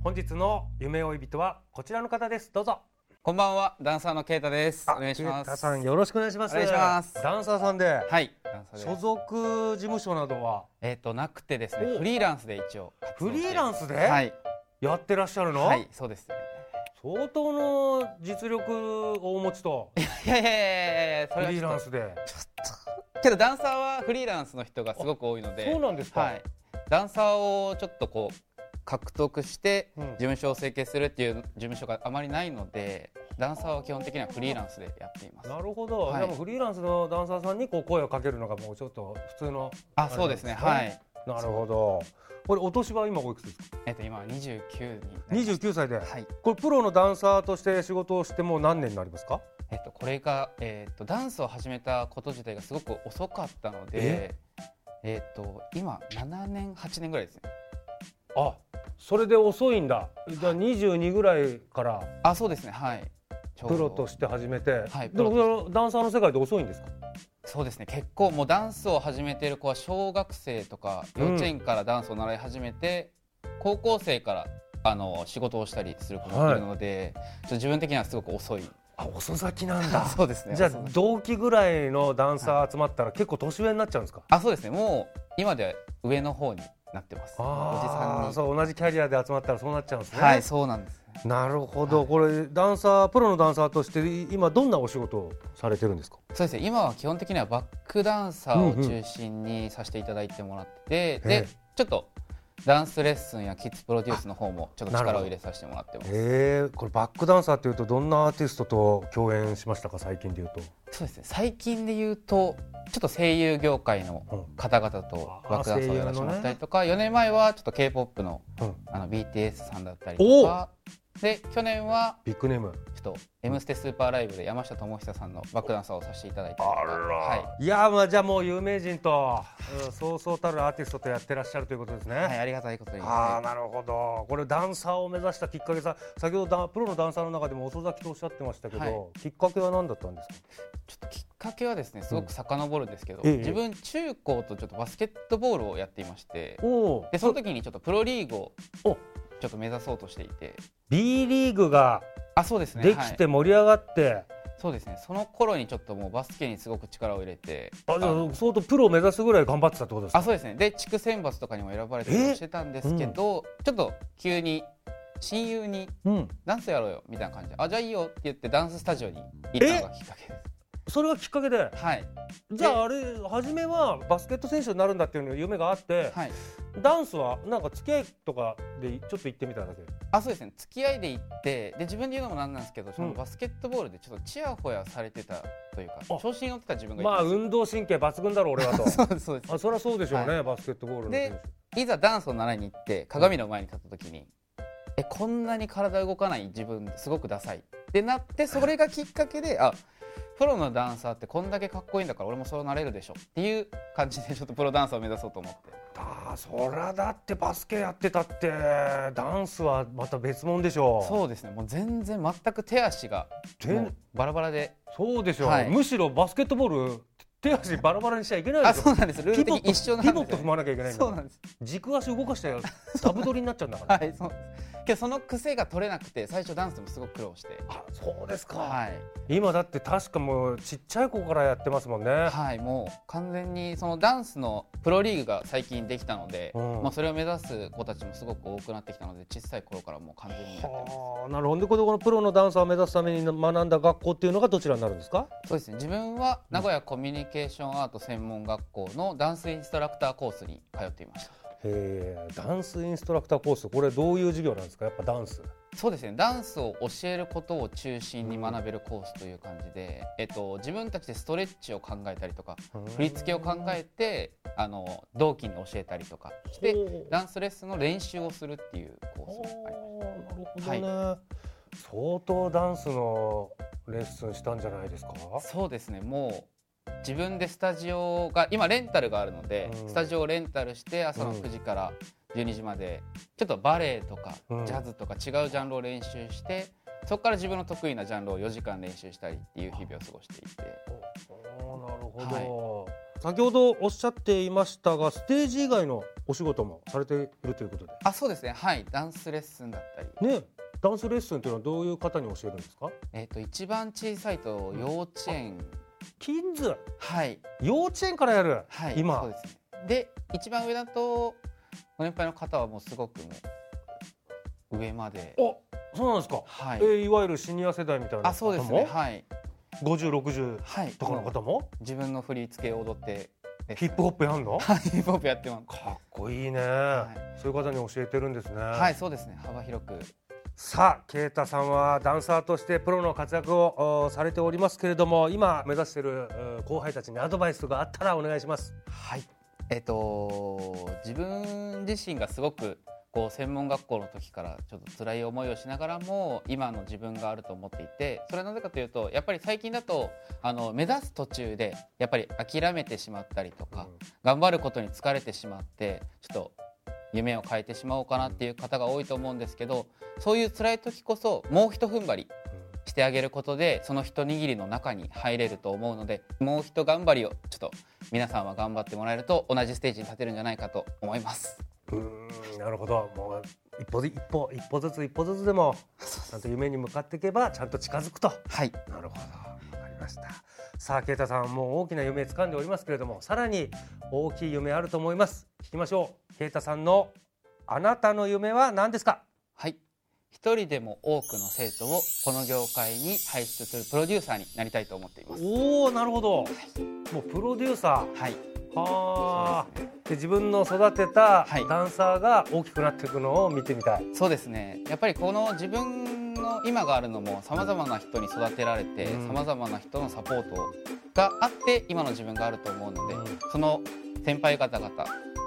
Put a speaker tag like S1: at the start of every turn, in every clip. S1: 本日の夢追い人はこちらの方ですどうぞ
S2: こんばんは、ダンサーのケイタです。お願いしま
S1: ケイタ
S2: す。
S1: さんよろしくお願いします
S2: お願いします
S1: ダンサーさんで
S2: はい、ダンサー
S1: 所
S2: です。
S1: 属事務所などは
S2: えっ、となくてです
S1: お
S2: ね、フリーランスで一応活動
S1: フ
S2: して
S1: リーランスで
S2: はい、
S1: やってらっしゃるの、
S2: はい、そうですね。
S1: 相当の実力をお持ち と
S2: いやいやいやいやいや、そ
S1: フ
S2: れはちょっと
S1: リーランスで
S2: けどダンサーはフリーランスの人がすごく多いので、
S1: そうなんですか、
S2: はい、ダンサーをちょっとこう獲得して
S1: うん
S2: 事務所を成形するっていう事務所があまりないので、ダンサーは基本的にはフリーランスでやっています。
S1: なるほど、
S2: はい
S1: でもフリーランスのダンサーさんにこう声をかけるのがもうちょっと普通の
S2: あ、そうですね。はい。
S1: なるほどこれお年は今おいくつですか
S2: えっ、と今二十九になります。
S1: 29歳で
S2: はい。
S1: これプロのダンサーとして仕事をしてもう何年になりますか
S2: えっと、これが、えっと、ダンスを始めたこと自体がすごく遅かったので。えっと、今、7年、8年ぐらいですね。
S1: あそれで遅いんだじゃあ22ぐらいから
S2: あ、そうですね、はい。ちょうど
S1: プロとして始めて、
S2: はい
S1: でも
S2: プロ
S1: そのダンサーの世界で遅いんですか
S2: そうですね、結構もうダンスを始めている子は小学生とか、
S1: うん
S2: 幼稚園からダンスを習い始めて。高校生から、あの、仕事をしたりする子もいるので、ちょっと自分的にはすごく遅い。
S1: あ遅咲きなん
S2: そうですね。
S1: じゃあ
S2: 遅い
S1: 同期ぐらいのダンサー集まったら結構年上になっちゃうんですか
S2: あ、そうですね、もう、今では上の方になってます。おじ
S1: あー
S2: さん
S1: そう同じキャリアで集まったらそうなっちゃうんですね、
S2: に。はい、そうなんです。
S1: なるほど、これダンサープロのダンサーとしてい今どんなお仕事をされてるんですか
S2: そうですね今は基本的にはバックダンサーを中心にさせていただいてもらって、
S1: ええ
S2: でちょっとダンスレッスンやキッズプロデュースの方もちょっと力を入れさせてもらってます
S1: へえこれバックダンサーというとどんなアーティストと共演しましたか最近でいうと
S2: そうですね最近で言うとちょっと声優業界の方々と
S1: うん
S2: バックダンサーをやらせてもらったりとか、4年前はちょっと k p o p の
S1: うん
S2: あの BTS さんだったりとかで去年は
S1: ビッグネーム
S2: ちょっと「M ステ」スーパーライブで山下智久さんのバックダンサーをさせていただいたりとか。はい
S1: いやーまあじゃあもう有名人と、うんそうそうたるアーティストとやってらっしゃるということですね、
S2: はい、ありがたいことに、
S1: ああなるほどこれダンサーを目指したきっかけさ先ほどダンプロのダンサーの中でも遅咲きとおっしゃってましたけど、
S2: はい
S1: きっかけは何だったんですか
S2: ちょっときっかけはですねすごく遡るんですけど、
S1: ええ
S2: 自分中高とちょっとバスケットボールをやっていまして
S1: お
S2: でその時にちょっとプロリーグを
S1: お
S2: ちょっと目指そうとしていて
S1: B リーグが
S2: あそうですね
S1: でき
S2: は
S1: て盛り上がって、
S2: いそうですねその頃にちょっともうバスケにすごく力を入れて
S1: あじゃ
S2: あの
S1: あ相当プロを目指すぐらい頑張ってたってことですか
S2: あそうですねで地区選抜とかにも選ばれたりもしてたんですけど、ちょっと急に親友に
S1: うん、
S2: ダンスやろうよみたいな感じであじゃあいいよって言ってダンススタジオに行ったのがきっかけです
S1: それがきっかけで
S2: はい
S1: じゃああれ初めはバスケット選手になるんだっていうのが夢があって、
S2: はい
S1: ダンスはなんか付き合いとかでちょっと行ってみただけ
S2: あそうですね付き合いで行ってで自分で言うのもなんなんですけどそ
S1: うん
S2: のバスケットボールでちょっとちやほやされてたというか
S1: あ
S2: 調子に乗ってた自分がい
S1: まあ
S2: たんで
S1: 運動神経抜群だろう俺 はと
S2: すよ、そうですそうです
S1: あそりゃそうでしょうね、バスケットボールの選
S2: でいざダンスを習いに行って鏡の前に立った時に、えこんなに体動かない自分すごくダサいってなってそれがきっかけであプロのダンサーってこんだけかっこいいんだから俺もそうなれるでしょっていう感じでちょっとプロダンサーを目指そうと思って
S1: 手あーそりゃだってバスケやってたってダンスはまた別物でしょう
S2: そうですねもう全然全く手足が
S1: 全
S2: もうバラバラで
S1: そうでしょう、
S2: はい
S1: むしろバスケットボール手足バラバラにしちゃいけない
S2: あ
S1: でし
S2: そ
S1: ょ
S2: うなんですルー
S1: ピ
S2: ル
S1: ボッ
S2: 的
S1: ト
S2: に一緒なんです
S1: ピ
S2: よ
S1: ボット踏まなきゃいけないんだ
S2: そ
S1: か
S2: うな
S1: ら
S2: んです
S1: 軸足動かしたらダブ取りになっちゃうんだから
S2: はい、そう。けどその癖が取れなくて最初ダンスでもすごく苦労して
S1: あそうですか、
S2: はい、
S1: 今だって確かもうちっちゃい子からやってますもんね、
S2: はい、もう完全にそのダンスのプロリーグが最近できたので、
S1: うん
S2: まあ、それを目指す子たちもすごく多くなってきたので小さい頃からもう完全にやってます
S1: はあなるほどでこれこのプロのダンサーを目指すために学んだ学校っていうのがどちらになるんですか
S2: そうですね自分は名古屋コミュニケーションアート専門学校のダンスインストラクターコースに通っていました
S1: へえダンスインストラクターコースこれどういう授業なんですかやっぱダンス
S2: そうですねダンスを教えることを中心に学べるコースという感じで、えっと、自分たちでストレッチを考えたりとか振り付けを考えてあの同期に教えたりとかしてダンスレッスンの練習をするっていうコースもあります
S1: おーなるほどね、相当ダンスのレッスンしたんじゃないですか
S2: そうですねもう自分でスタジオが今レンタルがあるので、
S1: うん
S2: スタジオをレンタルして朝の
S1: うん
S2: 9時から12時までちょっとバレエとか
S1: うん
S2: ジャズとか違うジャンルを練習して、そこから自分の得意なジャンルを4時間練習したりっていう日々を過ごしていて
S1: おーなるほど、先ほどおっしゃっていましたがステージ以外のお仕事もされているということで
S2: あそうですねはいダンスレッスンだったり、
S1: ねダンスレッスンというのはどういう方に教えるんですか
S2: えっと一番小さいと幼稚園、
S1: キッズ
S2: はい
S1: 幼稚園からやる、
S2: はい
S1: 今
S2: そうですねで一番上だとご年配の方はもうすごくもう上まで
S1: おそうなんですか、
S2: はい
S1: いえーいわゆるシニア世代みたいな
S2: あそう
S1: 方
S2: ですね
S1: も
S2: はい
S1: 5060
S2: はい
S1: とかの方も
S2: 自分の振り付けを踊って
S1: ヒップホップやんの
S2: はいヒップホップやってます
S1: かっこいいね、
S2: は
S1: そういう方に教えてるんですね、
S2: はいそうですね幅広く
S1: さあ啓太さんはダンサーとしてプロの活躍をおされておりますけれども今目指しているうん後輩たちにアドバイスがあったらお願いします
S2: はいえっ、と自分自身がすごくこう専門学校の時からちょっと辛い思いをしながらも今の自分があると思っていてそれはなぜかというとやっぱり最近だとあの目指す途中でやっぱり諦めてしまったりとか、頑張ることに疲れてしまってちょっと夢を変えてしまおうかなっていう方が多いと思うんですけどそういう辛い時こそもうひと踏ん張りしてあげることでその一握りの中に入れると思うのでもうひと頑張りをちょっと皆さんは頑張ってもらえると同じステージに立てるんじゃないかと思います。
S1: うんうんなるほどもう一歩ず一歩一歩ずつ一歩ずつでもちゃんと夢に向かっていけばちゃんと近づくと
S2: はい
S1: なるほどわかりましたさあ啓太さんもう大きな夢掴んでおりますけれどもさらに大きい夢あると思います聞きましょう啓太さんのあなたの夢は何ですか
S2: はい一人でも多くの生徒をこの業界に輩出するプロデューサーになりたいと思っています。
S1: おおなるほどもうプロデューサ
S2: はい、
S1: ーはあ
S2: そうですね
S1: で自分の育てた
S2: はい
S1: ダンサーが大きくなっていくのを見てみたい、
S2: そうですねやっぱりこの自分の今があるのもさまざまな人に育てられて
S1: うん
S2: さまざまな人のサポートがあって今の自分があると思うので、
S1: うん
S2: その先輩方々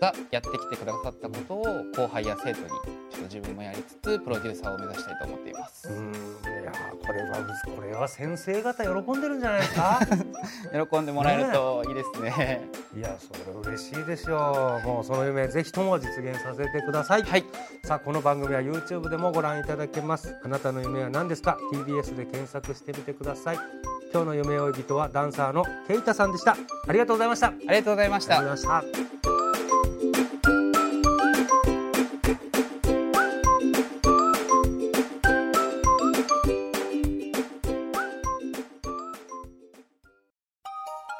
S2: がやってきてくださったことを後輩や生徒にちょっと自分もやりつつプロデューサーを目指したいと思っています、
S1: うんいやーこれはこれは先生方喜んでるんじゃないです か
S2: 喜んでもらえるといいですね
S1: いやそれ嬉しいでしょうもうその夢ぜひとも実現させてください、
S2: はい
S1: さあこの番組は YouTube でもご覧いただけますあなたの夢は何ですか TBS で検索してみてください今日の夢追い人はダンサーの啓太さんでしたありがとうございましたあり
S2: ありがとうございまし
S1: が
S2: た
S1: とうございました